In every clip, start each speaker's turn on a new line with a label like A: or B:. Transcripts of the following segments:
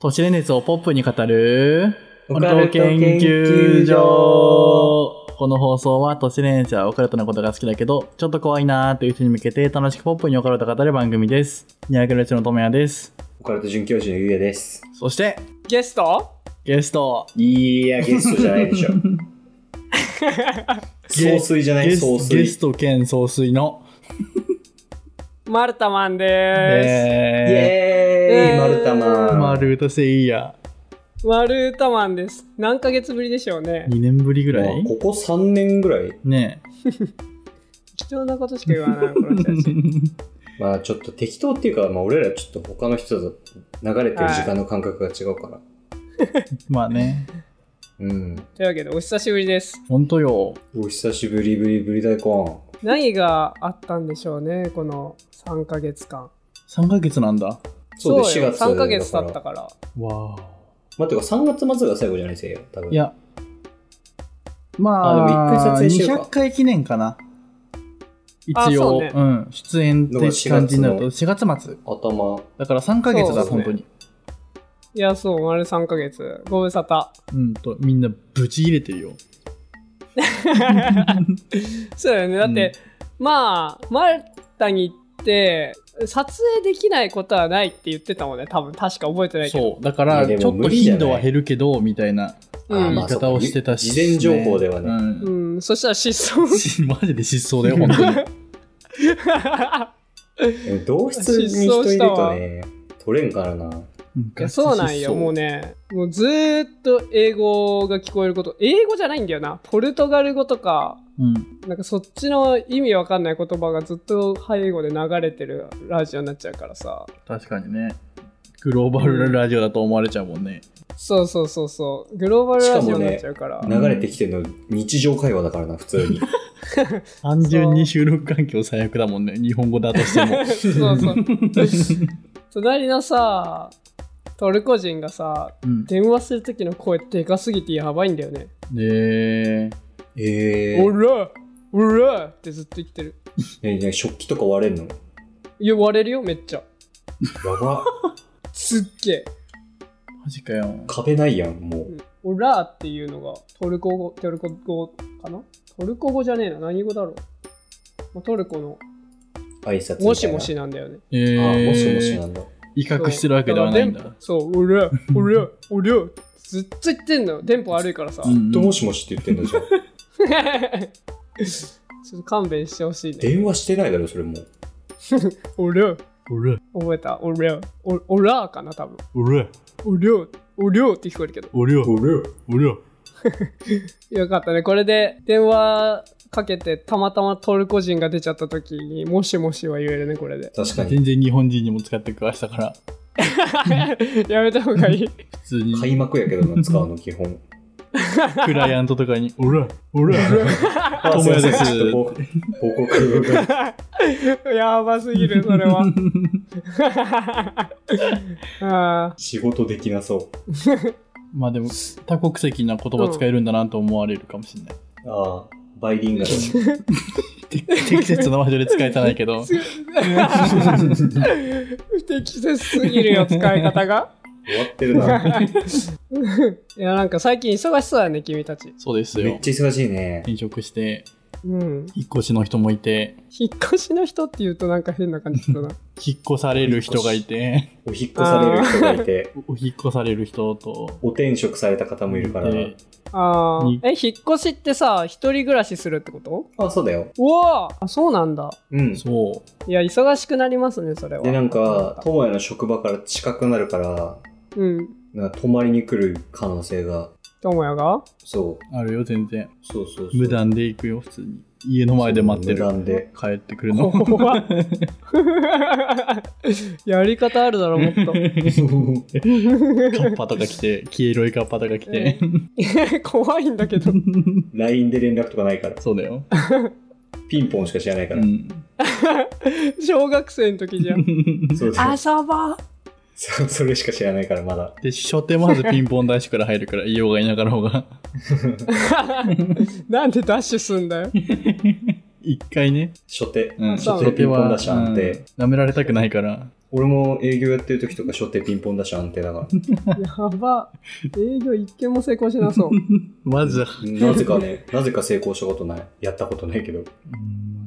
A: 都市伝説をポップに語る、
B: オカルト研究所
A: この放送は都市伝説やオカルトなことが好きだけど、ちょっと怖いなーという人に向けて楽しくポップにオカルトを語る番組です。ニャークルチのともやです。
B: オカルト准教授のゆうやです。
A: そして、
C: ゲスト
A: ゲスト、
B: いや、ゲストじゃないでしょ。総帥じゃな
A: ゲ
B: い、
A: ス
B: 総
A: ゲスト
B: 帥。
A: 兼総帥の、
C: マルタマンで
B: イ
A: え
B: エー
C: え
B: イ、
C: ー
B: マルタ
A: ー、
B: マ
A: マ
B: ン。
A: ルータセイヤ、
C: す。マルタマンです。何ヶ月ぶりでしょうね。
A: 2年ぶりぐらい
B: まあここ3年ぐらい、
A: ね
C: 貴重なことしか言わない、この人たち。
B: まあちょっと適当っていうか、まあ俺らちょっと他の人と流れてる時間の感覚が違うから。
A: まあね、
B: うん。
C: というわけで、お久しぶりです。
A: ほんとよ。
B: お久しぶりぶりぶり大根。
C: 何があったんでしょうね、この3ヶ月間。
A: 3ヶ月なんだ。
B: そうで
C: よ
B: 4月
C: 3ヶ月経っ
B: だ
C: た
B: か
C: から。
A: わ
B: まあてか3月末が最後じゃないですよ、多分。
A: いや、ま
B: あでも一回撮
A: あ、
B: 影してるか
A: 200回記念かな。
C: あ
A: 一
C: そ
A: 応、
C: うね
A: ん、出演って感じになると、4月末。
B: 頭。
A: だから3ヶ月
C: そうで
A: だ、
C: すね
A: 本当に。
C: いや、そう、丸3ヶ月。ご無沙汰。
A: うんと、みんなブチ切れて るよ。
C: そうだよね。だって、まあ、マルタに行って、撮影できないことはないって言ってたもんね。多分、確か覚えてないけど。
A: そう、だか
B: い
A: ら、
B: や
A: ち
B: でも
A: ょっと
B: 無理じゃな
A: 頻
B: い
A: 度は減るけど、みたいな
C: うん
B: あ
A: 言
B: ま
A: い
B: あそう
A: 方をしてたし。
B: 事前情報ではね
A: うん
C: うん、そしたら失踪。
A: マジで失踪だよ、本当に。
B: でも同室に人いるとね、取れんからな。
C: いやそうなん
A: ガチ失
C: よ
A: 踪
C: もうねもうずーっと英語が聞こえること英語じゃないんだよなポルトガル語とか
A: うん。
C: なんかそっちの意味わかんない言葉がずっと背後で流れてるラジオになっちゃうからさ
A: 確かにね。グローバルラジオだと思われちゃうもんね。
C: そうそうそうそうグローバルラジオになっちゃうから
A: ね
B: 流れてきてるの日常会話だからな、普通 に。
A: 単純に収録環境最悪だもんね。日本語だとしても。
C: そうそう隣のさトルコ人がさ
A: うん。
C: 電話する時の声でかすぎてやばいんだよね
A: で、
B: え
C: オラオラってずっと言ってる
B: ねね食器とか割れんのや
C: いや割れるよめっちゃ
B: ば。
C: すっげえ
A: マジかよ。
B: 壁ないやん、も
C: う
B: う。
C: んオラーっていうのがトルコ語、トルコ語かなトルコ語じゃねえな、何語だろう。まあトルコの
B: 挨拶みたいな。
C: もしもしなんだよね。
A: え
B: あ
A: ー、
B: もしもしなんだ。
A: 威嚇してるわけではないんだ。
C: そう、オラ、オラ、オラ、ずっと言ってんのよ。テンポ悪いからさ。
A: うん
B: ずっともしもしって言ってん だじゃん。
C: ちょっと勘弁してほしいね。
B: 電話してないだろ、それもう。
C: オラ、
A: 俺、
C: 覚えた。オラ、オオラーかな、多分。
A: 俺、
C: オラ、オラって聞こえるけど。
A: 俺は、
B: 俺
A: 俺は。
C: よかったね。これで電話かけて、たまたまトルコ人が出ちゃった時に、もしもしは言えるね、これで。
B: 確かに。
A: 全然日本人にも使って食わしたから、
C: やめた方がいい。
A: 普通に
B: 開幕やけどな、使うの基 本。
A: クライアントとかに、俺、俺、
B: あ
A: 友也です
B: すいませんちょっと報報告が。
C: やばすぎる、それは。あ
B: 仕事できなそ
A: まあでも、多国籍な言葉使えるんだなと思われるかもしれない。
B: う。ああ、バイリン ガル。
A: て適切な場所で使えたないけど
C: ー、不適切すぎるよ、使い方が。
B: 終わってるな。
C: いや、なんか最近忙しそうだね、君たち。
A: そうです
B: め
A: よ
B: っ。ちゃ忙しいね。
A: 転職して、
C: うん。
A: 引っ越しの人もいて、
C: 引っ越しの人って言うとなんか変な感じするな。
A: 引っ越される人がいて、
B: お引っ越される人がいて、
A: お引っ越される人と、
B: お転職された方もいるからな。
A: で
C: あ
A: に
C: ーえ、引っ越しってさ、一人暮らしするってこと
B: あ、そうだよ。
C: うわーあ、そうなんだ。
B: うん。
A: そう。
C: いや、忙しくなりますね、それは。
B: で、なんか、友也の職場から近くなるから、
C: うん。
B: なんか泊まりに来る可能性が、
C: ともやが
B: そう、
A: あるよ、全然。
B: そうそうそう。
A: 無断で行くよ、普通に。家の前で待ってる
B: 無。断 で。
A: 帰ってくる の。
C: 怖っやり方あるだろもっと
A: カッパとか来て、黄色いカッパとか来て。
C: 怖いんだけど
B: LINE で連絡とかないから、
A: そうだよ。
B: ピンポンしか知らないか
A: う
B: ら。
A: ん。
C: 小学生の時じゃん
B: そうそう
C: 遊ぼう
B: そうそれしか知らないから、まだ。
A: で、初手まずピンポンダッシュから入るから、いようがいなかろうが。
C: なんでダッシュすんだよ
A: 一回ね。
B: 初手。
A: うん、
C: そう
B: 初手ピンポン出し安定。
A: うん舐められたくないから。
B: 俺も営業やってる時とか、しょってピンポンだし、安定だから。
C: やば。営業一件も成功しなそう。
A: マジだ。
B: なぜか ね、なぜか成功したことない。やったことないけど。
A: うん、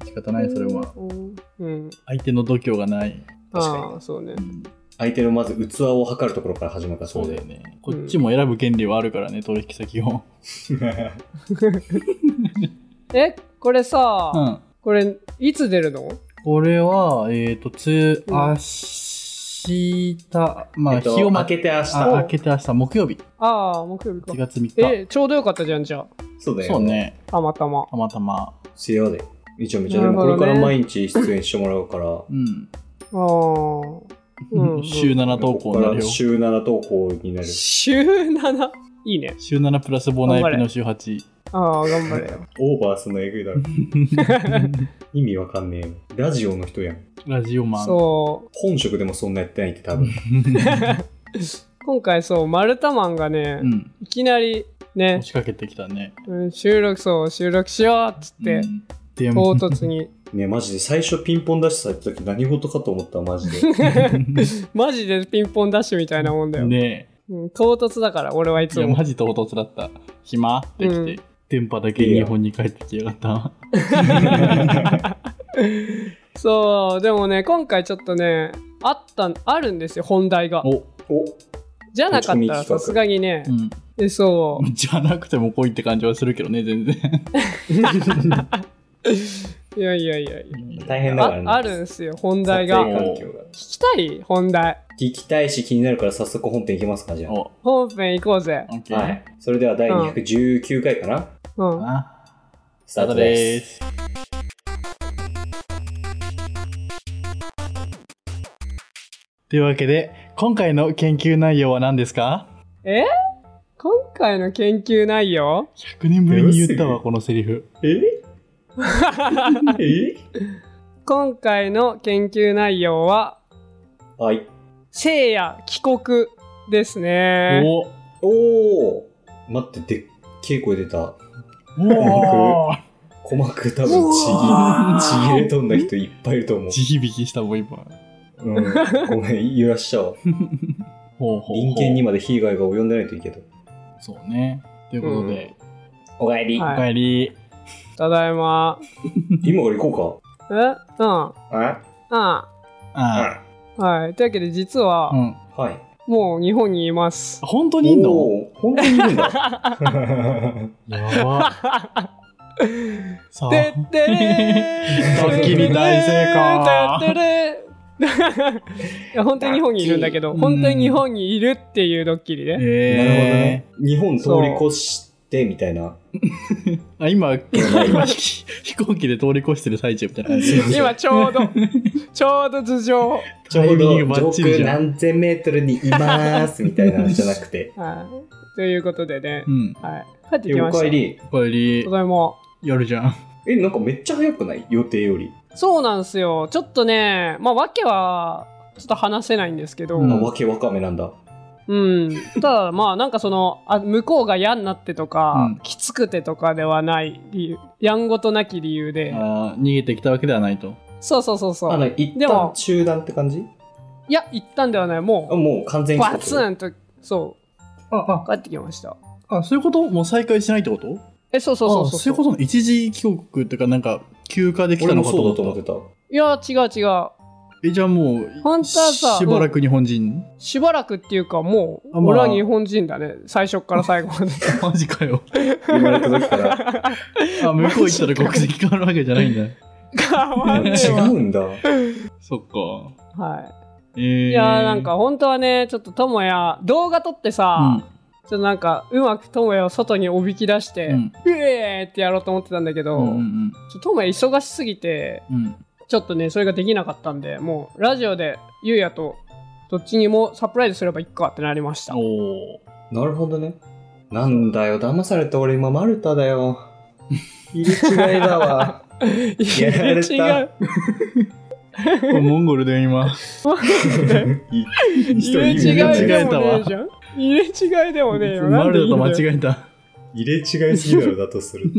A: 仕方ない、それは。
C: うん。うん。
A: 相手の度胸がない。
B: 確かに
C: ああ、そうね
A: う。ん
B: 相手のまず器を測るところから始まったそ
A: そううだ
B: で
A: よ。ね。こっちも選ぶ権利はあるからね、取引先を。
C: え、これさ、
A: うん。
C: これ、いつ出るの
A: これは、えっ、と、つ、
C: うん
A: 明日、まあ、
B: えっと
A: 日をま
B: 開けて明
A: あ
B: 日。
A: 明けて明日、木曜日、
C: ああ、木曜日か
A: 1。月3日。
C: え、ちょうどよかったじゃん、じゃ
B: そうだよ。
A: そう。ね、
C: あ。たまたま。
A: たまたま。
B: せやで。めちゃめちゃ、
C: な
B: で
C: る
B: も
C: ほ
B: こ
C: どね
B: れから毎日出演してもらうから、
A: うん。
C: ああ。うんう ん
A: 週7投
B: こ
A: 稿に
B: こか
A: なる
B: ら
A: よ。
B: 週7投稿になる。
C: 週 7? いいね。
A: 週7プラスボーナエピの週8。
C: ああ、頑張れ よ。
B: オーバーすんのえぐいだ ろ。意味わかんねえよ。ラジオの人やん。
A: ラジオマン。
C: そ
B: 本職でもそんなやってないって多分。
C: う。今回そう、マルタマンがね、
A: うん。
C: いきなりね
A: 押、しかけてきた ね。
C: うん収録そう、収録しようっつって
A: う、ん、で
C: 唐突に。
B: ねマジで最初ピンポン出しされた時何事かと思ったマジで。
C: マジでピンポンダッシュみたいなもんだよ。
A: ね
C: うん、唐突だから、俺はい
A: え。い
C: つ
A: や、
C: も。
A: マジ唐突だった。暇ってきて、
C: うん
A: 電波だけ日本に帰ってきやがった。
C: そう、でもね、今回ちょっとね、あった、あるんですよ、本題が。
A: お、
B: お
C: じゃなか
B: 打
C: ったら
B: ち込み企画
C: さすがにね
A: う、ん。
C: えそ う。
A: じゃなくても来いって感じはするけどね、全然。
C: いやいやいやいや。
B: 大変だか
C: あ
B: らね。
C: あるんですよ、本
B: 撮
C: 題
B: 影
C: が。
B: 環
C: 聞
B: 境が。
C: きたい本題。
B: 聞きたいし気になるから早速本編いきますか、じゃあ。
A: お、オ
C: 本編行こうぜ。
A: ッケー。
B: はい。それでは第219回かな、
C: うん。
A: あ
B: ス
A: ス
B: タートです。
A: す。というわけで、今回の研究内容は何ですか
C: え今回の研究内容
A: ?100 年ぶりに言った
B: え
A: わ、
B: 嘘
A: このセリフ。
B: ええ
C: 今回の研究内容は、
B: はい。
C: 聖夜帰国ですね。
A: お
B: おー待って、でっけえ声出た。
A: お
B: 鼓膜多分ち
C: うわ
B: ぎ、ちぎれ飛んだ人いっぱいいると 思う
A: 地。響きしたもん、今。
B: うん、ごめん、揺らしちゃお
A: ほう
B: う。
A: ほうほう
B: 隣県にまで被害が及んでないといいけど。
A: そうね。ということで、
B: おかえり
C: はい
A: おかえり。
C: ただいま。
B: 今から行こ
C: えうん。うん
B: う。か。
C: は
A: あ
C: い。というわけで、実は、
A: あ、うん。
B: あはい。
C: もう日本にいます。
A: 本当にいんの
B: おー本当にいるん だ。
A: やば。さ
C: てってれー
B: ドッキ
A: リ大成功
C: てってれー いや本当に日本にいるんだけど、
A: うん
C: 本当に日本にいるっていうドッキリね。
B: なるほどね
A: え。
B: 日本通り越してみたいな。
A: ー、あ今、今 飛飛行機で通り越してる最中みたいな感じ。
C: 今ちょう ど、ちょうど頭上。。
B: ちょう
A: タイミン
B: ど
A: グバッ
B: 上
A: チリじ
B: 空
A: ゃん
B: 何千メートルにいますみたいなのじゃなくて
C: はい。ということでね
A: う、ん。
C: はい。帰って
B: え
C: き
B: お
C: まし
B: か
C: た。
B: えり。
A: おかえり
C: た、だいま。
A: やるじゃん。
B: え、なんかめっちゃ早くない予定より。
C: そうなんですよ。ちょっとね、まあ、わけは、ちょっと話せないんですけど、
A: う
B: あ
A: ん
B: わけわかめなんだ。
C: うん、ただまあなんかそのあ向こうが嫌になってとか、
A: うん
C: きつくてとかではない理由やんごとなき理由で
A: あー逃げてきたわけではないと。
C: そうそうそうそ
B: あの、
C: う
B: 一
C: で
B: 旦
C: も
B: 中断って感じ
C: いや行ったんではない
B: あ
C: も
B: もう完
C: う
B: 全に
C: バツンとそ
A: あ
C: う帰ってきました
A: あ、あ、そういうこともう再開しないってこと
C: えそうそうそうそう
A: あそういうことの一時帰国っていうか、なんか、休暇でき
B: 俺
A: たの
B: も
A: か
B: そうだと
A: と
B: 思っ
A: 思
B: て。
A: った
C: いや違う違う
A: た。え、じゃあもう、
C: 本当はさ
A: しばらく日本人、
C: しばらくっていうかもう
A: あまあ
C: 俺は日本人だね最初から最後ま で
A: マジかよ。
B: 生まれた時から。
A: あ、向こう行ったら国籍変わるわけじゃないんだ。
C: 変わんねえ
B: 違
C: わ
B: うんだ。
A: そっか。
C: は
A: え
C: い
A: ー、
C: いやーなんか本当はねちょっと智也動画撮ってさ、ちょっとなんかうまく智也を外におびき出して、
A: うん、うん。
C: うえーってやろうと思ってたんだけど、
A: うんうん
C: ちょっとトムは忙しすぎて、
A: うんうん
C: ちょっとね、それができなかったんで、もうラジオでゆうやとどっちにもサプライズすればいいかってなりました。
A: おー
B: なるほどね。なんだよ、騙された俺今マルタだよ。入れ違いだわ。
C: い
B: やられた
C: 違う。
A: これモンゴルで 今。
B: い
C: 入れ違い
A: 間違
C: で
A: えた
C: もねえ
A: わ
C: じゃん。入れ違いでも ねえよ。
A: マルダと間
C: え
A: 違えた。
B: 入れ違いすぎだろ、だとする。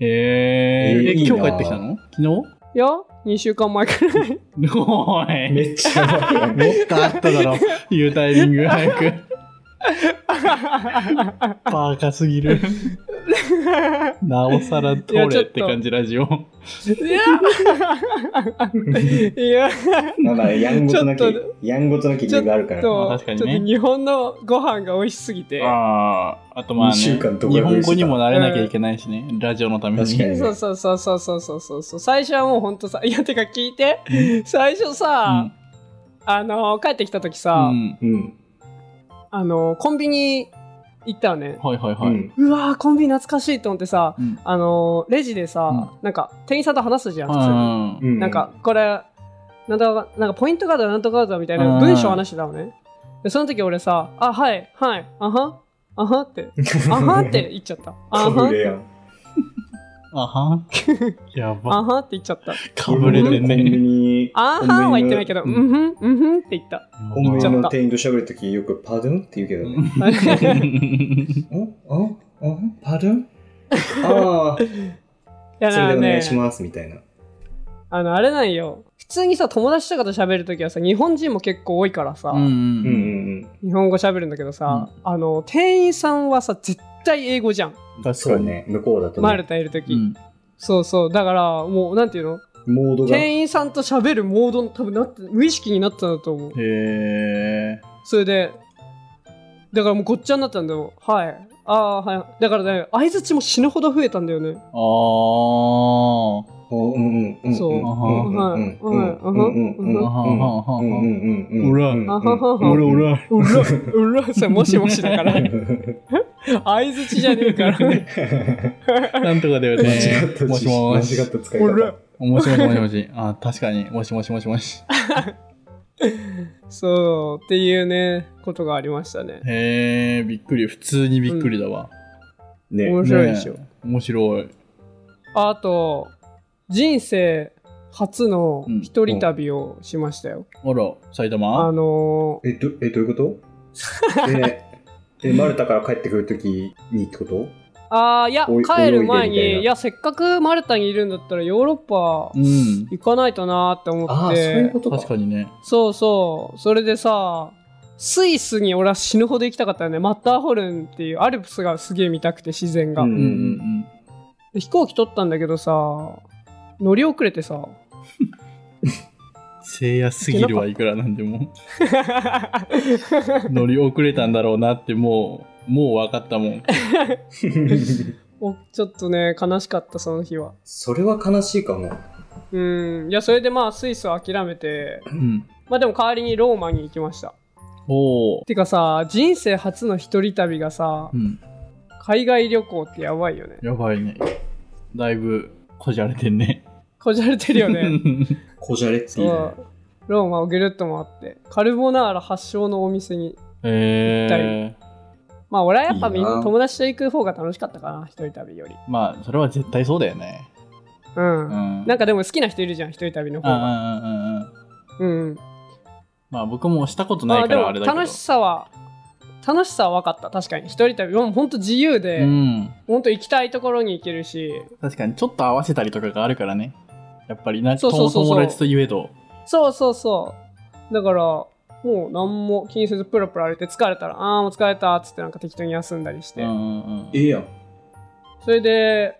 A: えー、
B: えー
A: え
B: いいな
A: 今日帰ってきたの昨日
C: いや、 2週間 前くらい。
A: おい、
B: めっちゃ前やん
A: もっとあっただろ、 言うタイミングが早 く。バカすぎる。なおさら通れって感じ、ラジオ。
C: いや、いや
B: まあまあ、やんごとなき
C: ちょっと、
B: やんごとなき理由があるから。
C: と、
A: まあ確
C: ち
A: か
C: ょっ
A: にね
C: と日本のご飯が美味しすぎて。
A: ああ、あとまあ、ね、
B: 二週間どこ
A: 日
B: でもい
A: 本
B: いし
A: 語にもなれなきゃいけないしね、ラジオのために。
B: 確かに
C: そうそうそうそうそうそうそうそう最初はもうほんとさ いやてか聞いて最初さ、あの帰ってきた時さ、
A: うん。
B: うん。
C: あのコンビニ行ったよね
A: はいはいは
B: う
A: い。
B: ん。
C: うわーコンビニ懐かしいと思ってさ
A: うん
C: あのレジでさ、なんか店員さんと話すじゃん普通に、
A: うん
B: うん。
C: なんかこれなんだかなんかポイントカードなんとかカードみたいな
A: うん
C: 文章を話してたのねでその時俺さ「あはいはいあはあは」って 「あは」っ て言っちゃった「あ
B: かぶれ
C: は
B: やん。
A: あはん やば
C: あ。は」って言っちゃった
A: かぶれて
B: コンビ
A: ね。
B: ニ
C: 「あは」は言ってないけど「う
A: うん
C: んふんうんふん」って言った
B: コ ンビ
C: ちゃ
B: ニ
C: っ
B: の
C: た
B: 店員と喋るときよくパドゥンって言うけどね。
A: うん
B: んんんパドゥンああ、
C: いや
B: それでお
C: なん
B: 願
C: かね
B: いしますみたいな。
C: あのあれなんよ普通にさ友達とかと喋るときはさ日本人も結構多いからさ、
A: うん
B: うんう。ん
C: 日本語喋るんだけどさ、あの店員さんはさ絶対英語じゃん
B: うん。
A: 確
B: そ
A: か
B: う
A: に。
B: ね、向こうだと
C: マル
B: ね。
C: タいるとき、
A: うん
C: そうそうだからもうなんていうの
B: モードが。
C: 店員さんと喋るモードの多分なって無意識になったんだと思う
A: へえ。
C: それでだからもうごっちゃになったんだよはいああはいだからね相づちも死ぬほど増えたんだよね
A: ああ。
B: おうんうんうん。
C: そう
B: うんうんうんうんうんうんうんうんうんうんうんうんうんうんう
A: あ
B: んうんうん
A: はんはんはん
B: うん
A: 裏
B: うん
C: あはは
A: はん。
C: は
A: おらおら。
C: うらうらそれもしもし だから相づちじゃねえから
A: なんとかだよ
B: 間違っ
A: ね
B: た。
A: もしもし
B: 間違。った使い
C: うら
B: 方。
A: もしもしもしもし。あ、確かに。もしもしもしもし。
C: そうっていうねことがありましたね
A: へえ、びっくり。普通にびっくりだわ。
B: ね
C: 面白いでしょ、
A: ねえ面白い。
C: あと人生初の一人旅をしましたよ、
A: あら、埼
C: あ
A: 玉
C: の
B: え、どえどういうことえ、えマルタから帰ってくるときにってこと
C: ー、あーいや
B: おい
C: 帰る前
B: 泳いでみたいな
C: にいやせっかくマルタにいるんだったらヨーロッパ
A: うん。
C: 行かないとなーって思
B: あ
C: っ
B: あ、そういう
C: て
B: こと
A: 確か
B: か。
A: にね。
C: そうそうそれでさスイスに俺は死ぬほど行きたかったよねマッターホルンっていうアルプスがすげえ見たくて自然が、
B: うん
A: うんうん
C: で飛行機取ったんだけどさ乗り遅れてさ
A: うん。せいやすぎるはいくらなんで も。乗り遅れたんだろうなってもう、もう分かったもん。
C: おちょっとね悲しかったその日は
B: それは悲しいかも。
C: うんいやそれでまあスイスを諦めて
A: うん。
C: まあでも代わりにローマに行きました
A: おお。
C: てかさ人生初の一人旅がさ
A: うん。
C: 海外旅行ってやばいよね
A: やばいね。だいぶ、こじゃれてんね。
C: こじゃれてる よね
B: こじゃれってい
C: そう
B: ね。
C: うローマをぐるっと回ってカルボナーラ発祥のお店に
A: えー。
C: まあ俺はやっぱみん
B: いい
C: な
B: な
C: 友達と行く方が楽しかったかな一人旅より
A: まあ、それは絶対そうだよね。
C: う、
A: うんん。
C: なんかでも好きな人いるじゃん一人旅の方
A: うんうん
C: が
A: うんうん。
C: うん
A: まあ、僕もしたことないからあれだけど。
C: 楽しさは楽しさは分かった確かに一人旅もうほんと自由で、
A: うん。
C: ほんと行きたいところに行けるし
A: 確かに、ちょっと合わせたりとかがあるからね。やっぱりな、
C: そうそうそうそう
A: 友達といえど。
C: そうそうそうだからもう何も気にせずプラプラ歩いて疲れたら「ああもう疲れた」っつってなんか適当に休んだりして、
A: うんうんうん。
B: ええやん。
C: それで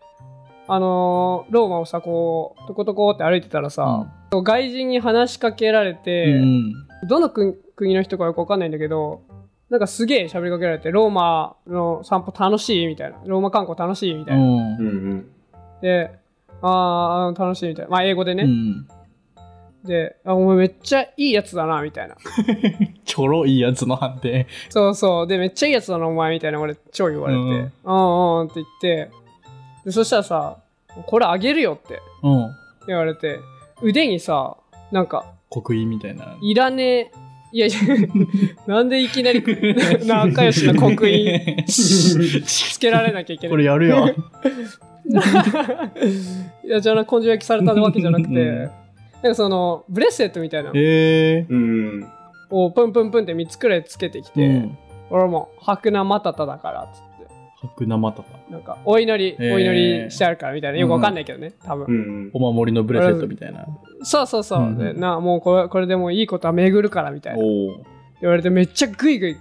C: あのーローマをさこうトコトコって歩いてたらさ、外人に話しかけられ
A: う
C: て、
A: ん。
C: どの国国の人かよくわかんないんだけど、なんかすげえ喋りかけられて、ローマの散歩楽しいみたいな、ローマ観光楽しいみた
A: う
C: いな。
A: ん。
B: うんうん。
C: で、あーあー、楽しいみたいな。まあ、英語で
A: う
C: ね。
A: ん。
C: で、あ、お前めっちゃいいやつだな、みたいな。
A: ちょろいやつの判定。
C: そうそう。で、めっちゃいいやつだな、お前みたいな、俺、超言われて。
A: う
C: うんんうんって言って、でそしたらさ、これあげるよって
A: うん。
C: 言われて、腕にさ、なんか、
A: 刻印みたい な。
C: いらねえ。いやいや、 なんでいき なり、仲良しの刻印つけられなきゃいけない。
A: これやるよ。
C: いやじゃな根性焼きされたわけじゃなくて、
A: うん
C: なんかそのブレスレットみたいなの
A: え
B: うん。
C: をプンプンプンって3つくらいつけて
A: え。
C: き
A: う
C: て、
A: ん。
C: 俺はもう白なマタタだからっつって
A: 白生とか、
C: なんかお祈り、
A: へー
C: お祈りしてあるからみたいなよくわかんないけどね、多分、
B: うん。
A: お守りのブレスレットみたいな。
C: そうそうそう、
A: うん
C: でなもうこれこれでもういいことは巡るからみたい
A: お
C: な
A: お。
C: 言われてめっちゃグイグイ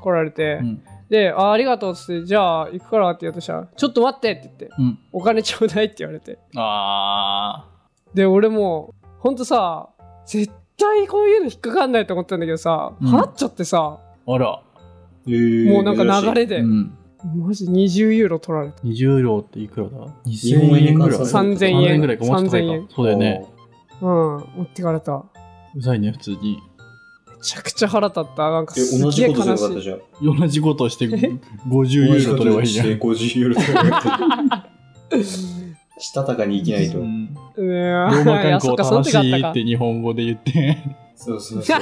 C: 来られて、
A: うん。
C: であありがとうっつってじゃあ行くからって言おうとしたらちょっと待ってって言って
A: うん。
C: お金ちょうだいって言われて
A: あ
C: で俺もうほんとさ絶対こういうの引っかかんないと思ったんだけどさ、
A: うん
C: 払っちゃってさ
A: あ。あら。
B: も
C: もうなんか流れで、
A: うん。
C: マジ20ユーロ取られた
A: 20両っていくらだ
B: 日本
A: ?2000
B: 円
A: 円
B: に
A: ぐ
B: 換
A: らい。
B: 算す
C: ると3000円
A: ぐらいか。もうちょっと高い
C: 3000
A: か
C: 円
A: そうだよね。。
C: うん持ってかれた
A: うざいね、普通に。
C: めちゃくちゃ腹立ったなんか
B: え、
C: す
B: 同
C: っげ
B: じ
C: え
B: ことじゃ
C: 悲
B: なか
C: し
B: った
C: い
B: じゃん。
A: 同じことをして50ユ ーロ取ればいいじゃん。
B: 同じことして50ユーロ取ればよかった。したたかにいきないと
A: う。 ん
C: う
A: ロ
C: ー
A: ー
C: ん
A: マ観
C: いやそ
A: 光
C: っかその
A: 楽
C: 時あ
A: し
C: った
A: い
C: か
A: って日本語で言って。
B: そうそうそう。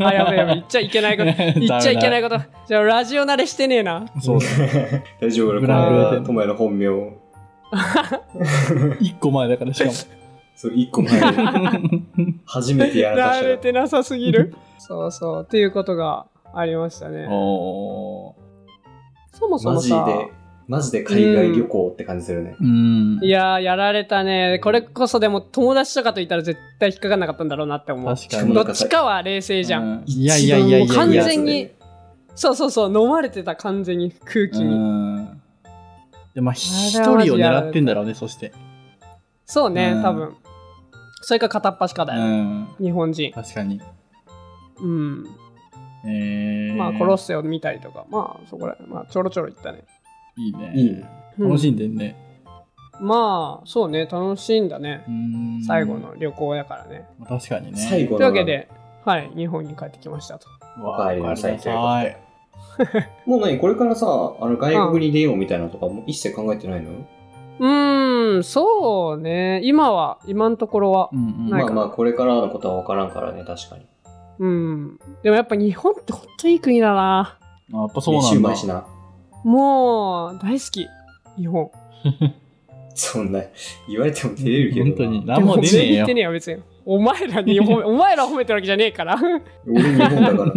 C: あやべえやべえ言っちゃいけな いこと言っちゃいけない
A: い。
C: ことじゃあラジオ慣れしてねえな
A: そうだ。
B: 大丈夫だ、こ
A: ぐ
B: れ
A: らい売れて
B: は
A: る
B: 友也の本名を。
A: 1個前だからしかも。
B: そう、一個前、初めてやらかし
C: 慣
B: た
C: れ
B: ら。
C: てなさすぎるそうそうっていうことがありましたね
A: お
C: そもそ
B: マ
C: も
B: ジ
C: さ
B: で、マジで海外旅行って感じするね。
A: うん。
C: いやーやられたねこれこそでも友達とかといたら絶対引っかかんなかったんだろうなって思う
A: 確か
B: しかも
A: に。
C: どっちかは冷静じゃん、
A: うんいやいやいやいやいや。
B: 一
C: 完
B: 番
C: 全にそうそうそう飲まれてた完全に空気に、
A: うんでまあ一人を狙ってんだろうね、そして。
C: そうね、
A: うん
C: 多分それか片っ端かだよね、
A: ん。
C: 日本人
A: 確かに。
C: うん
A: えー、
C: まあ殺すよ見たりとかまあそこらまあちょろちょろ行ったね、
A: いいね。
B: いいね
C: うん
A: 楽しんでんね。
C: まあそうね楽しいんだね
A: うん
C: 最後。の旅行やからね、
A: まあ確かにね。
B: 最後
C: という
B: の
C: わけではい日本に帰ってきましたと
A: わ
B: おかえりなさい
A: おかえりなさい
B: もう何これからさ、あの外国に出ようみたいなのとかも一切考えてないの
C: うーんそうね今は今のところは
A: うんうん
C: ない
B: ま
C: か
B: あまあ、これからのことは分からんからね、確かに。
C: うんでもやっぱ日本ってほんといい国だな
A: あやっぱそうな
B: シュ
A: ん
B: ー
A: だ。
B: マイしな。
C: もう大好き日本
B: そんな、言われても出れるけどな。
A: 本当に。何も出ねえ
C: 言っ
A: よ
C: て。ねえよ別にお前らに 褒めお前ら褒めてるわけじゃねえから
B: 俺日本だから。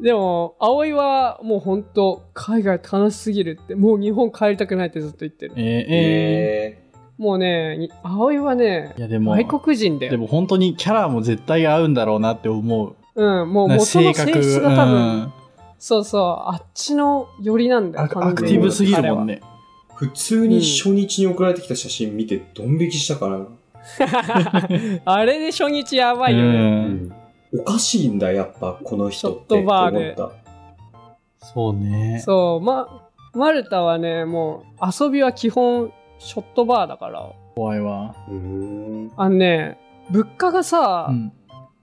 C: でも葵はもうほんと海外楽しすぎるってもう日本帰りたくないってずっと言ってる
A: えー、え
B: え
C: もうねに葵はね
A: ーいやでも、
C: 外国人だ
A: で
C: よ
A: も本当にキャラも絶対合うんだろうなって思う。
C: うんもう
A: なんか
C: 元の性質が多分、
A: うん
C: そうそうあっちの寄りなんだよ
A: アクア
C: 完
A: ク
C: 全
A: ティ
C: に
A: ブすぎるもんね。
B: 普通に初日に送られてきた写真見て、ドン引きしたからな。
C: あれで初日やばいよね、
A: う
B: うんんおかしいんだ、やっぱ、この人って。
C: ショットバーで
B: って思っ
A: そうね。
C: そう、ま、マルタはね、もう遊びは基本ショットバーだから、
A: 怖いわ。
B: た。うーん。
C: あのね、物価がさ、
A: うん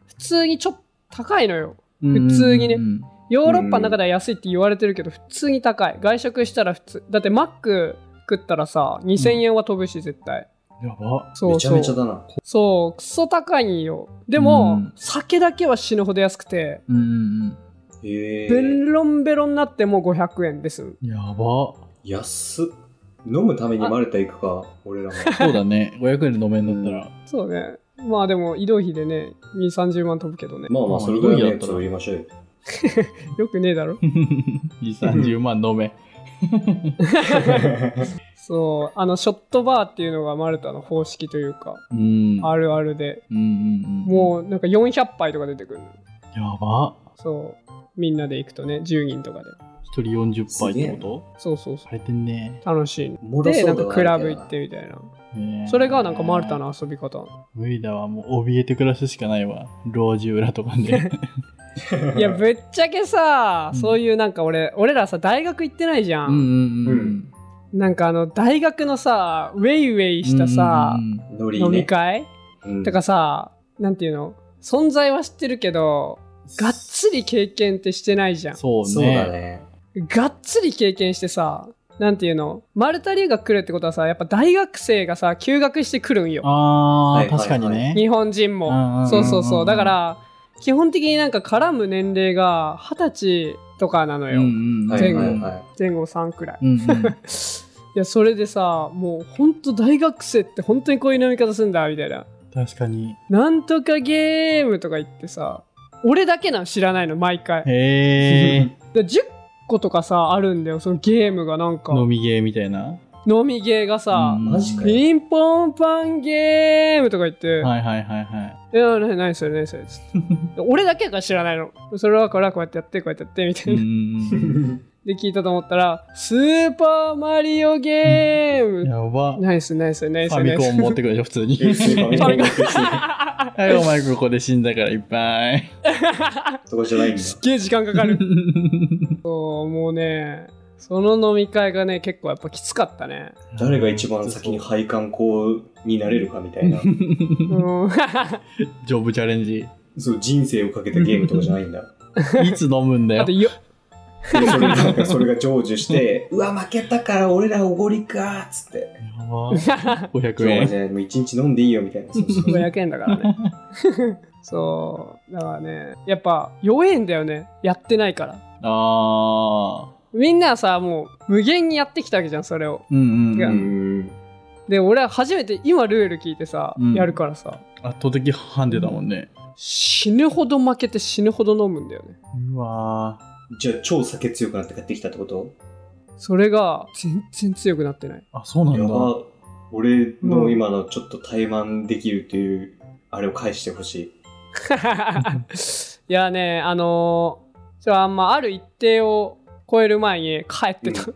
C: 普通にちょっと高いのよ。普通にね
A: うんうん
C: ヨーロッパの中では安いって言われてるけど、普通に高い。外食したら普通。だってマック食ったらさ、2000円は飛ぶし、絶対。
A: うんやば。
C: そう
B: めちゃ
C: そ
B: めちゃ
C: う。
B: だな。
C: そう、クソ高いんよ。でも、
A: うん
C: 酒だけは死ぬほど安くて、
A: うんうん
B: え
C: ベ
B: ー、
C: ロンベロになっても500円です。
A: うん。やば。
B: 安っ。飲むためにマルタ行くか、俺ら も。
A: そうだね。500円で飲めんだった ら。
C: そうね。まあでも移動費でね、2、30万飛ぶけどね。
B: まあまあ、それぐらいのやつを売りましょうよ。
C: よくねえだろ。
A: 二三十万飲め。
C: そう、あの、ショットバーっていうのがマルタの方式というか、
A: うん。
C: あるあるで、
A: うんうんうん。
C: もうなんか400杯とか出てくるの。
A: う。やば。
C: そう、みんなで行くとね、10人とかで。
A: 一人40杯ってこと
C: そうそうそ
A: されてんね
C: う、。楽しいの。
B: もろ
C: で、
B: そう
C: な
B: だ
C: んかクラブ行ってみたいな。
A: ねえ
C: それがなんかマルタ。の遊び方。
A: 無理だわ。もう怯えて暮らすしかないわ。老中裏とかで。
C: いや、ぶっちゃけさ、
A: うん
C: そういうなんか俺、俺らさ、大学行ってないじゃ
A: うん
C: ん。
A: うんう
B: うんん。
C: なんかあの、大学のさ、ウェイウェイしたさ
A: う、ん
B: ノリね。
C: 飲み会
B: うん
C: とかさ、なんていうの存在は知ってるけど、がっつり経験ってしてないじゃん。
A: そう
B: そうだ
A: ね。
B: ね。
C: がっつり経験してさ、なんていうのマルタ留学来るってことはさ、やっぱ大学生がさ、休学して来るんよ。
A: あ
B: は
A: あ、
B: いはいはい
A: 確かにね。
C: 日本人も。
A: うんうんうんうん
C: そうそうそう。だから、基本的になんか絡む年齢が二十歳とかなの
A: う
C: よ。
A: んうん。
B: は
C: 前
B: い
C: 後
B: はいはい。
C: 前後3くらい。
A: うんうん。
C: いや、それでさ、もうほんと大学生って本当にこういう飲み方するんだ、みたいな。
A: 確かに。
C: なんとかゲームとか言ってさ、俺だけなん知らないの、毎回。
A: へえ。
C: で10個とかさあるんだよそのゲームがなんか
A: 飲みゲーみたいな。
C: 飲みゲーがさ
A: うん
B: マジかよ
C: ピンポンパンゲームとか言って、
A: はいはいはいはい。
C: え、な何それ何それつ って俺だけが知らないの。それはこれはこうやってやって、こうやってやって、みた
A: う
C: いな。
A: ん。
C: で、聞いたと思ったら、スーパーマリオゲーム
A: や ば。
C: 何それ何それ何
A: フ
C: そ
A: ァミ
C: れ何
A: コ
C: そ
A: ン持ってくるでしょ、普 通に。
B: えス ーパーミコン
C: れ。ファミコン
A: はい、お前ここで死んだからいっぱい。
B: そこじゃないんだ。
C: すっげえ時間 かかる。そうもうね、その飲み会がね、結構やっぱきつかったね。
B: 誰が一番先に配管工になれるかみた いな。
C: うん、
A: ジョブチャレンジ。
B: そう、人生をかけたゲームとかじゃないんだ。
A: いつ飲むんだ
C: あ
A: よ
C: と。よ、
B: でそれなんかそれが成 就して、うわ、負けたから俺らおごりかーっつって。
A: やば
B: 今
A: 500
B: 日は
A: 円。
B: ね、もう一日飲んでいいよみたいな。そうそうそう
C: 500円だからね。 そう、だからね、やっぱ弱えんだよね、やってないから。
A: あ
C: みんなはさもう無限にやってきたわけじゃんそれを
A: ー。うんうん
B: う
A: うんん。
C: で俺は初めて今ルール聞いてさ、
A: うん
C: やるからさ
A: 圧倒的ハンデだもんね。
C: 死ぬほど負けて死ぬほど飲むんだよね
A: うわ
B: じゃあ超酒強くなって買ってきたってこと
C: それが全然強くなってない
A: ー。あ、そうなん
B: や
A: だ。
B: ば。俺の今のちょっと怠慢できるという、あれを返してほしい。
C: いやねあのー、ちょあんまある一定を超える前に帰ってた、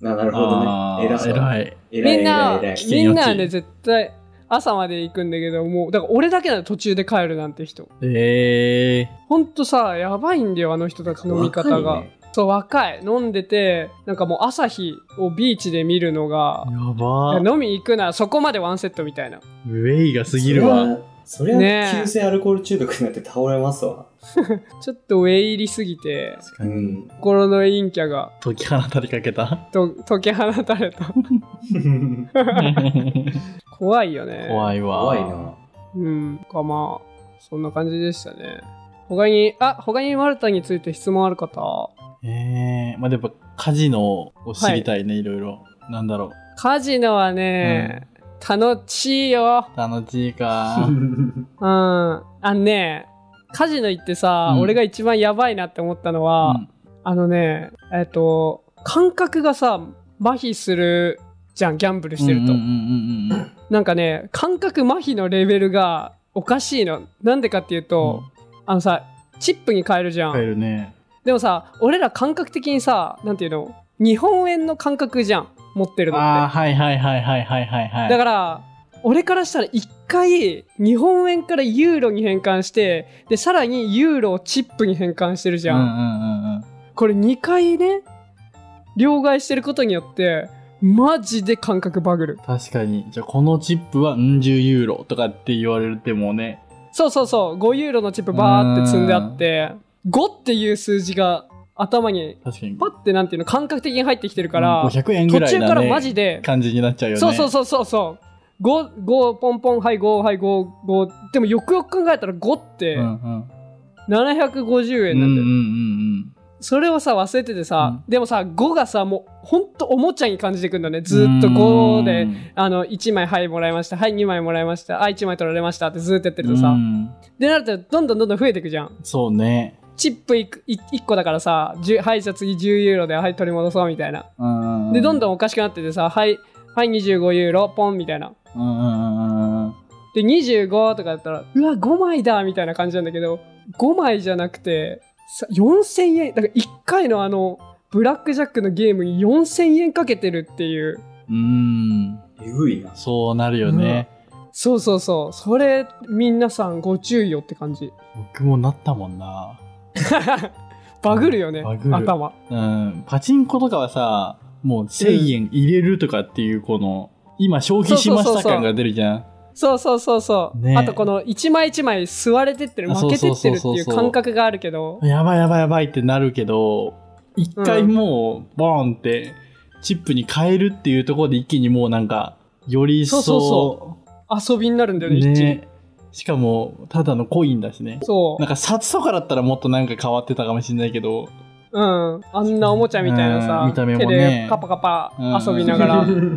B: ななるほど
A: あ
B: ね。偉そう。
A: ー偉い。
B: 偉い
C: みんな
B: 偉い偉い
A: い
C: みんなは
A: 危険予
C: ね
A: 知
C: 絶対朝まで行くんだけどもうだから俺だけなの途中で帰るなんて人
A: え
C: ほんとさやばいんだよあの人たち飲み方が、
B: 若いね
C: そう若い飲んでてなんかもう朝日をビーチで見るのが
A: ー。やばー。
C: 飲み行くならそこまでワンセットみたいな
A: ウェイが過ぎるわ。
B: それは
C: ねえ
B: 急性アルコール中毒になって倒れますわ。
C: ちょっとウェイ入りすぎて
A: 確か
B: う
A: に。
B: ん。
C: 心の陰キャが
A: 解き放たれかけた。
C: と解き放たれた 怖いよねい、
A: 怖いわ。
B: 怖いな。
C: うん、かまあそんな感じでしたね他にあ他にマルタについて質問ある方
A: ええまあでもやっぱカジノを知りたいね、い、ろいろ。なんだろ
C: カジノはね、楽しいよ
A: う。楽しいか。
C: うんあのねカジノ行ってさ、
A: うん
C: 俺が一番やばいなって思ったのは、あのね、えっ、と、感覚がさ、麻痺するじゃん、ギャンブルしてると。
A: うんうんうんうん
C: なんかね、感覚麻痺のレベルがおかしいの。なんでかっていうと、あのさ、チップに変えるじゃん。
A: 帰るね。
C: でもさ、俺ら感覚的にさ、なんていうの日本円の感覚じゃん、持ってるの
A: ああ、
C: っ
A: はいはいはいはいはいはいは
C: て。
A: い。
C: だから、俺からしたら一回、日本円からユーロに変換して、で、さらにユーロをチップに変換してるじゃ
A: うん
C: ん
A: うんうんうん。
C: これ2回ね両替してることによってマジで感覚バグる
A: 確かに。じゃあこのチップはうん十ユーロとかって言われてもね。
C: そうそうそう5ユーロのチップバーって積んであって5っていう数字が頭に
A: 確かに。
C: パッてなんていうの感覚的に入ってきてるから、
A: うん500円
C: 途
A: ぐらい
C: 中
A: な、ね、
C: からマジで、
A: 感じになっちゃうよね。
C: そうそうそうそうそう5 5ポンポンはい5はい55でもよくよく考えたら5って
A: うんうん。
C: 750円なんだよ、
A: うんうんうん
C: それをさ忘れててさ、でもさ5がさもうほんとおもちゃに感じてくんだね
A: うん。
C: ずーっと5で
A: うん
C: あの、1枚はいもらいました。はい、2枚もらいました。あ、1枚取られましたってずーっとやってると
A: う
C: さ。
A: ん
C: で、なると、どんどんどんどん増えていくじゃん。
A: そうね。
C: チップいくい1個だからさ、10はい、じゃあ次10ユーロで、はい、取り戻そうみたいな。
A: うん
C: で、どん
A: ん。
C: どんおかしくなっててさ、はい、はい、25ユーロ、ポンみたいな。
A: うんうんうんうん。
C: で、25とかだったら、うわ、5枚だみたいな感じなんだけど、5枚じゃなくて、さ4000円。だから1回のあの、ブラックジャックのゲームに4000円かけてるっていう。
A: うん。
B: えぐいな。
A: そうなるよね。
C: そうそうそう。それ、皆さんご注意よって感じ。
A: 僕もなったもんな。
C: バグるよね、
A: バグる
C: 頭。
A: うん。パチンコとかはさ、もう1000円入れるとかっていう、この、今消費しま
C: そ
A: し
C: うそ
A: た
C: うそうそう
A: 感が出るじゃん。
C: そうそうそうそう。
A: ねえ
C: あとこの一枚一枚吸われてってる、
A: あ
C: 負けてってるって
A: そうそうそう
C: い
A: そううそう
C: 感覚があるけど、
A: やばいやばいやばいってなるけど、一回もう、ボーンって、チップに変えるっていうところで一気にもうなんか、より一層、
C: そうそ遊びになるんだよね、一時
A: ね。しかも、ただのコインだしね。
C: そ
A: なんか札とかだったらもっとなんか変わってたかもしれないけど、
C: う。うん。あんなおもちゃみたいなさ、
A: うん見た目もね
C: 手でカパカパ遊びながら、
A: い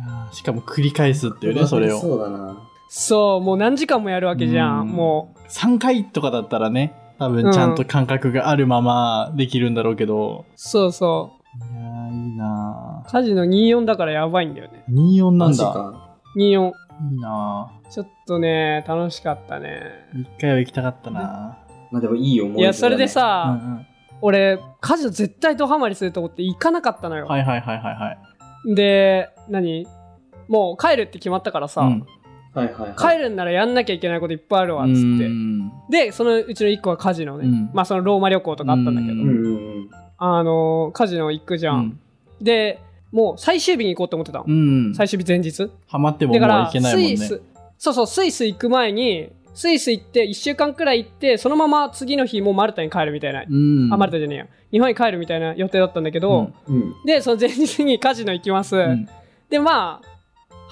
A: やーしかも繰り返すっていうね、それを。
B: そうだな。
C: そう、もう何時間もやるわけじゃん。
A: うん
C: も
A: 3回とかだったらね、多分ちゃんと感覚があるままできるんだろうけど、
C: そうそ
A: いやーいいな
C: う。カジノ24だからやばいんだよね。
A: ー24なん
B: マジ
A: だ
B: か。
C: 24。
A: いいな
C: ちょっとね、楽しかったね。
A: ー一回は行きたかったな
B: まあでもいい思い出だね、
C: いや、それで
A: ーう
C: さ、
A: ん
C: 俺、カジノ絶対ドハマりすると思って行かなかったの
A: うん
C: よ。
A: はいはいはいはいはい
C: で、何もう帰るって決まったからさ、
A: うん
B: はいはいはい。
C: 帰るんならやんなきゃいけないこといっぱいあるわ、つっ
A: う
C: て。
A: ん
C: で、そのうちの1個はカジノね。
A: うん
C: まあ、そのローマ旅行とかあったんだけ
B: う
C: ど、
B: んうんうん。
C: あのーカジノ行くじゃ。
A: うんん
C: で、もう最終日に行こうと思ってたの。
A: うん
C: 最終日前日。
A: ハマってもも
C: だ
A: う
C: から
A: いけないもん
C: スイ
A: ね
C: スそうそうスイス行く前にスイス行って1週間くらい行ってそのまま次の日もうマルタに帰るみたいな、
A: うん
C: あマルタじゃねえや日本に帰るみたいな予定だったんだけど、
B: うん。
C: でその前日にカジノ行きます、
A: うん
C: でまあ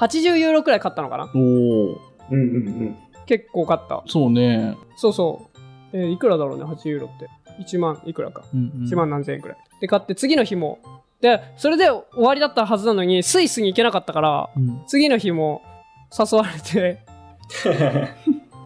C: 80ユーロくらい買ったのかな
A: おお
B: うんうんうん。
C: 結構買った
A: そうね
C: そうそう、えーいくらだろうね80ユーロって1万いくらか
A: うんうん
C: 1万何千円くらい、で買って次の日もでそれで終わりだったはずなのにスイスに行けなかったから
A: うん
C: 次の日も誘われて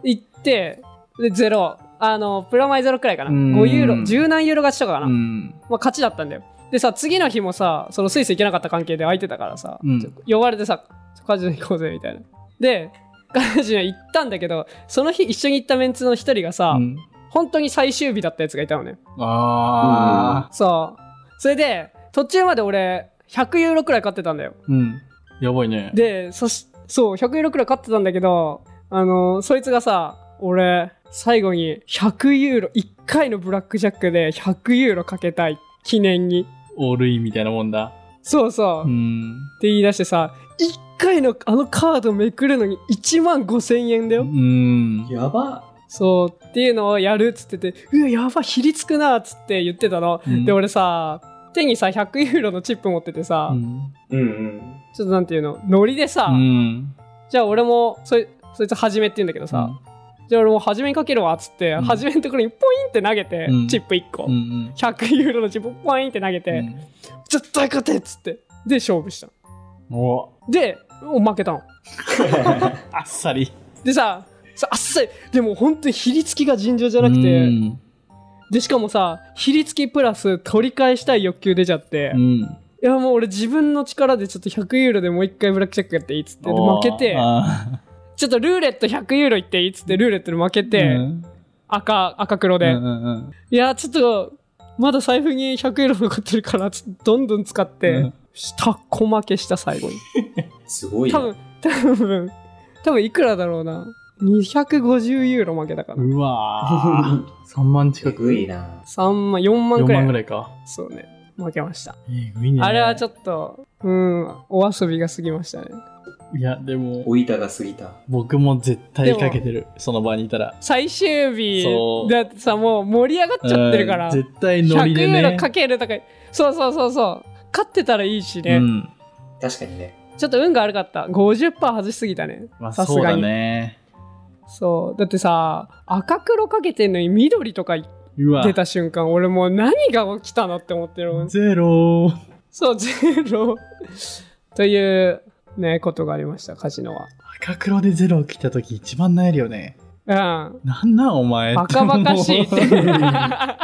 C: 行って、で、ゼロ。あの、プラマイゼロくらいかな。
A: うん
C: 5ユーロ、10何ユーロ勝ちとかかな。
A: うん
C: まあ、勝ちだったんだよ。でさ、次の日もさ、そのスイス行けなかった関係で空いてたからさ、
A: うん
C: ちょ呼ばれてさ、ちょカジノ行こうぜ、みたいな。で、カジノ行ったんだけど、その日一緒に行ったメンツの一人がさ、
A: うん
C: 本当に最終日だったやつがいたのね。
A: ああ
C: そう。それで、途中まで俺、100ユーロくらい勝ってたんだよ。
A: うんやばいね
C: で、そし、そう、100ユーロくらい買ってたんだけど、あのーそいつがさ、俺、最後に100ユーロ、1回のブラックジャックで100ユーロかけたい、記念に。
A: オールインみたいなもんだ
C: そう
A: う
C: そう、って
A: ん
C: 言い出してさ、1回のあのカードめくるのに1万5千円だ
A: う
C: よ。
A: ん
B: やば。
C: そう、っていうのをやるっつってて、うわ、やば、ひりつくな、っつって言ってたの。
A: うん
C: で、俺さ、手にさ、100ユーロのチップ持っててさ、
A: うん
B: うんうん。
C: ちょっとなんていうの、ノリでさ、
A: うん
C: じゃあ俺も、そいそいつはじめって言うんだけどさ、じゃあ俺もう初めにかけるわっつって、
A: うん
C: 初めのところにポインって投げて、
A: うん
C: チップ1個、
A: うんうん
C: 100ユーロのチップポインって投げて、
A: うん
C: 絶対勝てっつってで勝負したの
A: お
C: でもう負けたの
A: あっさり
C: でささあっさりでも本当にひりつきが尋常じゃなくて、
A: うん
C: でしかもさひりつきプラス取り返したい欲求出ちゃって、
A: う
C: い
A: ん
C: やもう俺自分の力でちょっと100ユーロでもう一回ブラックチャックやっていいっつってで負けて
A: あ
C: ちょっとルーレット100ユーロいっていいっつってルーレットで負け
A: ー
C: て、
A: うん
C: 赤赤黒で、
A: うんうん
C: いや、ちょっと、まだ財布に100ユーロ残ってるから、ちょっとどんどん使って、
A: うん
C: したっこ負けした最後に。
B: すごい
C: 多
B: よ。
C: 分、多分、多分いくらだろうな。250ユーロ負けたか
A: う
C: ら。
A: んう わ3万
B: え
A: 近く
B: ぐいな。
C: 3万、4万
A: 4
C: くらい。
A: 万ぐらいか
C: そうね。負けました。
A: えぐいね
C: あれはち
A: ょっ
C: ょっと、うん、お遊びが過ぎましたね。
A: といやでも
B: お板が過ぎた。
A: 僕も絶対かけてるその場にいたら
C: 最終日
A: そう
C: だってさ、もう盛り上がっちゃってるから、
A: うん絶対ノ
C: 100
A: リで
C: ユーロ
A: ね
C: かけるとか、そうそうそうそう。勝ってたらいいしね。
A: うん
B: 確かにね。
C: ちょっと運が悪かった。50%外しすぎたね。
A: まあ
C: さす
A: そう
C: が
A: だ
C: に。
A: ね
C: そう。だってさ、赤黒かけてんのに緑とか
A: うわ
C: 出た瞬間、俺もう何が起きたのって思ってるもん。
A: ゼロ
C: そう、ゼロ。という、ね、ことがありました、カジノは。
A: 赤黒でゼロ来た時一番悩るよね
C: うん。
A: なんなんお前
C: バカバカしい。
A: って思ういや
C: は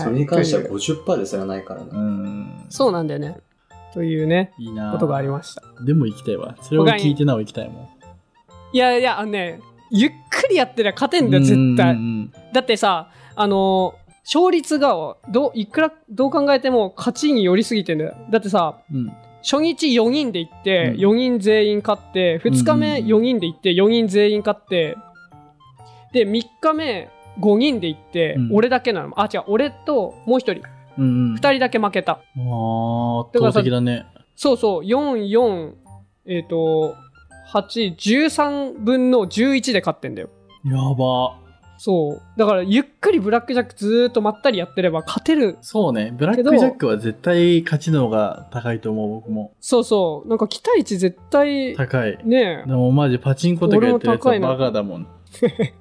B: それに関しては
C: という
B: 50%ですらないから
A: ーう
B: な。
A: ん
C: そうなんだよね。というね、
A: いいな
C: ことがありました。
A: でも行きたいわそれを聞いてなお行きたいもん
C: いやいや、あのね、ゆっくりやってりゃ勝てんだよ、絶対
A: うん。うん
C: だってさ、あのー勝率がどういくらどう考えても勝ちに寄りすぎてんだよだってさ
A: うんうん
C: 初日4人で行って、
A: うん
C: 4人全員勝って2日目
A: うん
C: 4人で行って4人全員勝ってで3日目5人で行って、
A: うん
C: 俺だけなのあ違う俺ともう1人
A: うんうん、
C: 2人だけ負けた
A: ああ圧倒的だね
C: そうそう44えっ、と813分の11で勝ってんだよ
A: やば
C: そうだからゆっくりブラックジャックずーっとまったりやってれば勝てる
A: そうねブラックジャックは絶対勝ちの方が高いと思う僕も
C: そうそう。なんか期待値絶対、
A: 高い
C: ね
A: でもマジパチンコとかやってるやつはバカだもん
C: え。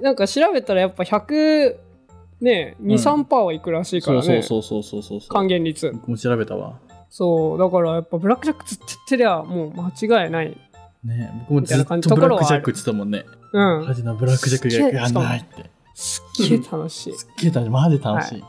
C: なんか調べたらやっぱ100、ねえ、2、3%パーはいくらしいか
A: そ
C: ら
A: うそ
C: ね
A: う。そうそうそうそうそう
C: 還元率。
A: 僕も調べたわ
C: そう。だからやっぱブラックジャックずっとやってりゃもう間違いない
A: ね僕も
C: み
A: ず
C: たいな
A: っ
C: 感じ
A: とブラ
C: と
A: ック
C: ころは
A: ジ
C: あ
A: ャッ
C: る
A: クって言ってたもんね。
C: うん
A: カジノブラックジャックがやらないって。
C: すっげえ楽しい
A: すっげえ楽しい。マジ楽しい。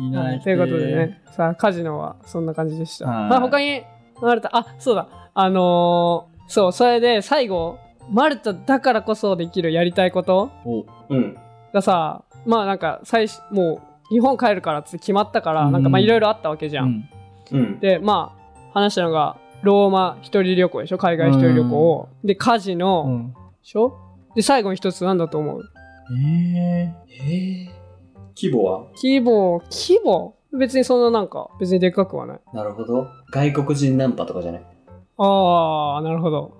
A: いいな、
C: は
A: 来
C: い、と
A: て
C: いうことでね、さあ、カジノはそんな感じでした。
A: はい
C: まあ、他に、マルタ、あ、そうだ、あのーそう、それで最後、マルタだからこそできるやりたいこと
A: お
B: うん。
C: がさ、まあなんか、最初、もう、日本帰るからって決まったから、
A: うん
C: なんかまあいろいろあったわけじゃん。
A: うん
B: うん。
C: で、まあ、話したのが、ローマ一人旅行でしょ海外一人旅行、で、カジノ、
A: うん
C: でしょで、最後に一つなんだと思う
A: え
B: えー、規模は
C: 規模、規模別にそんななんか、別にでっかくはない。
B: なるほど。外国人ナンパとかじゃない
C: あー、なるほど。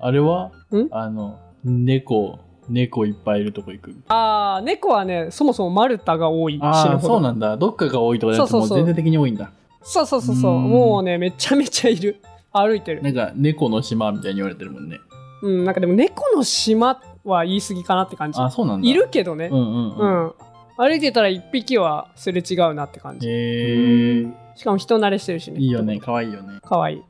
A: ー、あれは
C: ん
A: あの、猫、猫いっぱいいるとこ行く。
C: あー猫はねそもそもマルタが多い死
A: あ
C: ぬ
A: あ、そ
C: ほ
A: う
C: ど
A: なんだ。どっかが多いとかじゃなくて
C: そう
A: も
C: そう
A: う
C: そう
A: 全体的に多いんだ。
C: そうそうそうそう
A: うん
C: もうねめちゃめちゃいる歩いてる
A: なんか、猫の島みたいに言われてるもんね。
C: うんなんかでも猫の島は言い過ぎかなって感じ
A: あ、そうなんだ。
C: いるけどね
A: うんうん
C: う
A: うん。
C: ん、歩いてたら一匹はすれ違うなって感じ
A: えー、
C: しかも人慣れしてるしね
A: いいよね。かわいいよね。
C: かわいい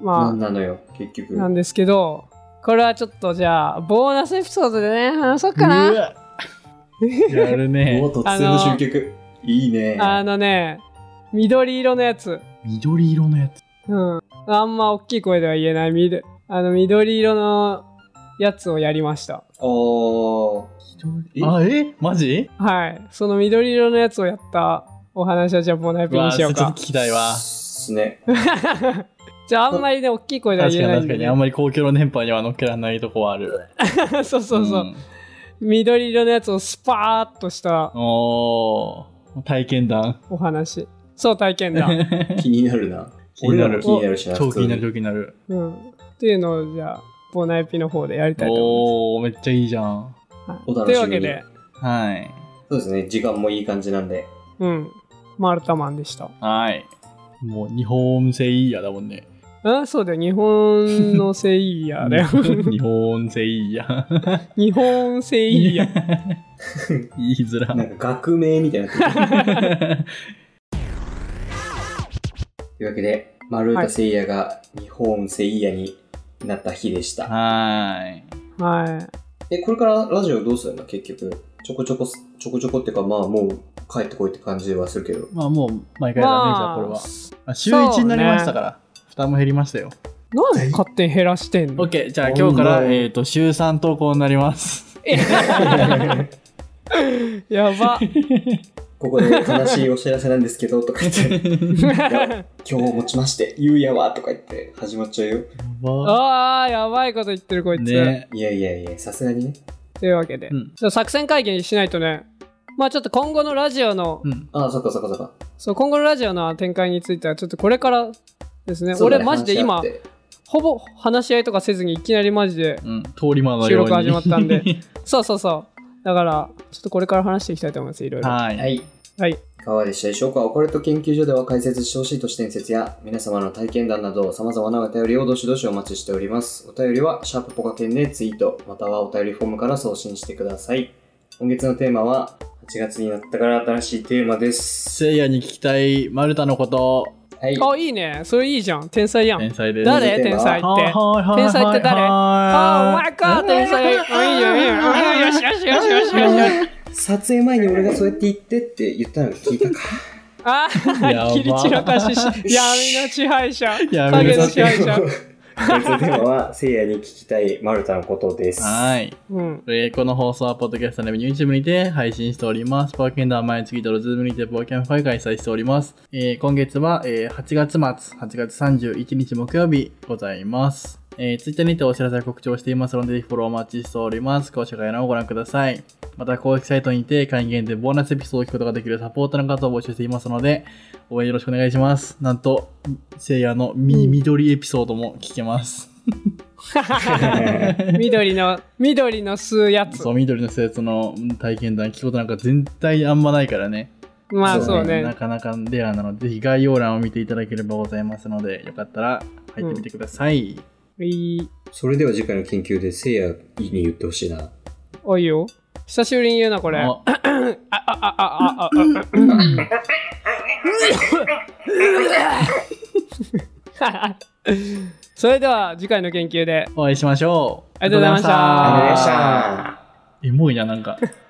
B: な
C: ま
B: んなのよ、結
C: あ
B: 局。
C: なんですけどこれはちょっとじゃあボーナスエピソードでね話そうか
A: う
C: な
A: わやる
B: もう
A: ね。
B: 突然の集客。いいね。
C: あのね緑色のやつ
A: 緑色のやつ。
C: うん。あんま大きい声では言えない、みどあの、緑色のやつをやりました。
B: おー。
A: 緑あ、えマジ
C: はい。その緑色のやつをやったお話はじゃあボーナイ
A: う
C: プ
A: わ
C: に
A: ー
C: し
A: ちょ
C: よう
A: っと
C: か
A: 聞。きたいわ。
B: すね。
C: じゃああんまりね、大きい声では
A: 確か
C: 言
A: に
C: えない
A: 確
C: ん
A: か
C: で、
A: に。
C: ね。
A: あんまり公共の電波には乗っけられないとこはある。
C: そうそうそう。
A: ん
C: 緑色のやつをスパーッとした
A: おー体験談。
C: お話。そう、体験談。
B: 気になるな。
A: 気になる
B: 俺らも気になるしな。
A: 超気になる
B: 普通
A: 超気になる。
C: うん。っていうのをじゃあ、ボーナイピの方でやりたいと思
A: お
C: い
A: ー、めっちゃいいじゃん。
C: ます。
B: お
C: はい、
B: 楽
C: という
B: し
C: わ
B: みに
C: けで、
A: はい。
B: そうですね、時間もいい感じなんで。
C: うん。マルタマンでした。
A: はい。もう日本製いいやだもんね。
C: あそうだよ。日本のセイヤだよ。
A: 日本製いいや。
C: 日本製いいや。
A: 言いづら
B: な。んか学名みたいになってる。というわけで、丸
C: は
B: 太
C: い
B: 聖夜が日本聖夜になった日でした。
A: はい。
C: は
B: え、これからラジオどうするの結局。ちょこちょこ、ちょこちょこっていうか、まあもう帰ってこいって感じはする けど。
A: まあもう毎
C: い。
A: 回ダメじゃん、これは。あ週1になりましたから。負担も減りましたよ。
C: なんで勝手に減らしてんの
A: OK、じゃあ今日か
B: お
A: ら、
B: ー
A: えっと、週3投稿になり ます。
C: や ば。
B: ここで悲しいお知らせなんですけど、とか言って、今日をもちまして、ゆうやは、とか言って始まっちゃうよ。
A: わ
C: ああ、やばいこと言ってるこいつ。
A: ね。
B: いやいやいや、さすがにね。
C: というわけで、
A: うん
C: ちょっと作戦会議にしないとね、まあちょっと今後のラジオの、
A: うん。
B: ああ、そっかそっかそっか。
C: そう今後のラジオの展開については、ちょっとこれからですね、
B: そうだ
C: 俺
B: ね
C: マジで
B: 話
C: 今
B: し、合って
C: ほぼ話し合いとかせずにいきなりマジで、
A: うん。通り魔のように。
C: 収録始まったんでそうそうそう。だから、ちょっとこれから話していきたいと思います、いろいろ。は
A: はい。
B: はい。
C: い。
B: いかがでしたでしょうかオカルト研究所では解説してほしい都市伝説や皆様の体験談など様々なお便りをどしどしお待ちしております。お便りは、シャープポカケンでツイート、またはお便りフォームから送信してください。今月のテーマは、8月になったから新しいテーマです。
A: せいやに聞きたいマルタのこと、
B: はい。
C: あ、いいね。それいいじゃん。天才やん。
A: 天才です。
C: 誰
B: 天
C: 天
B: 才
C: 才
B: っ
C: って。
A: 天
C: 天才って誰あ、お前か、天才。 いいよ、いいよ。よしよしよしよしよしよし。
B: 撮影前に俺がそうやって言ってって言ったの聞いたか。
C: あ
A: やば
C: ー、切り散らかしし、闇の支配者。
A: やめな
C: 影の
A: さ
C: 支 配者。
B: 今月のテーマは、聖夜に聞きたいマルタのことです。
A: はい。
C: うん。
A: えーこの放送は、ポッドキャストのみ YouTube にて配信しております。ポーキャンダー毎月ドルズームにてポーキャンファイ開催しております。えー今月は、えー8月末、8月31日木曜日ございます。えー、Twitter にてお知らせや告知をしていますので、ぜひフォローお待ちしております。ご紹介欄をご覧ください。また、公式サイトにて会員限定ボーナスエピソードを聞くことができるサポーターの方を募集していますので、応援よろしくお願いします。なんと、せいやのみ、
C: うん
A: 緑エピソードも聞けます。
C: 緑の、緑の吸うやつ
A: そ。う、緑の生徒のうん体験談聞くことなんか全体あんまないからね。
C: まあそう
A: な
C: ね。
A: かなかレアなので、ぜひ概要欄を見ていただければございますので、よかったら入ってみてください。
C: いい。
B: それでは次回の研究で聖夜に言ってほしいな。
C: おいよ。久しぶりに言うな、これ。あ、
A: あ
C: あ、あ、あ、あ、あ。それでは次回の研究で
A: お会いしましょう。
C: ありがとうございました
B: ありがとうございまし。
A: ありがとうございましたエモいな、なんか。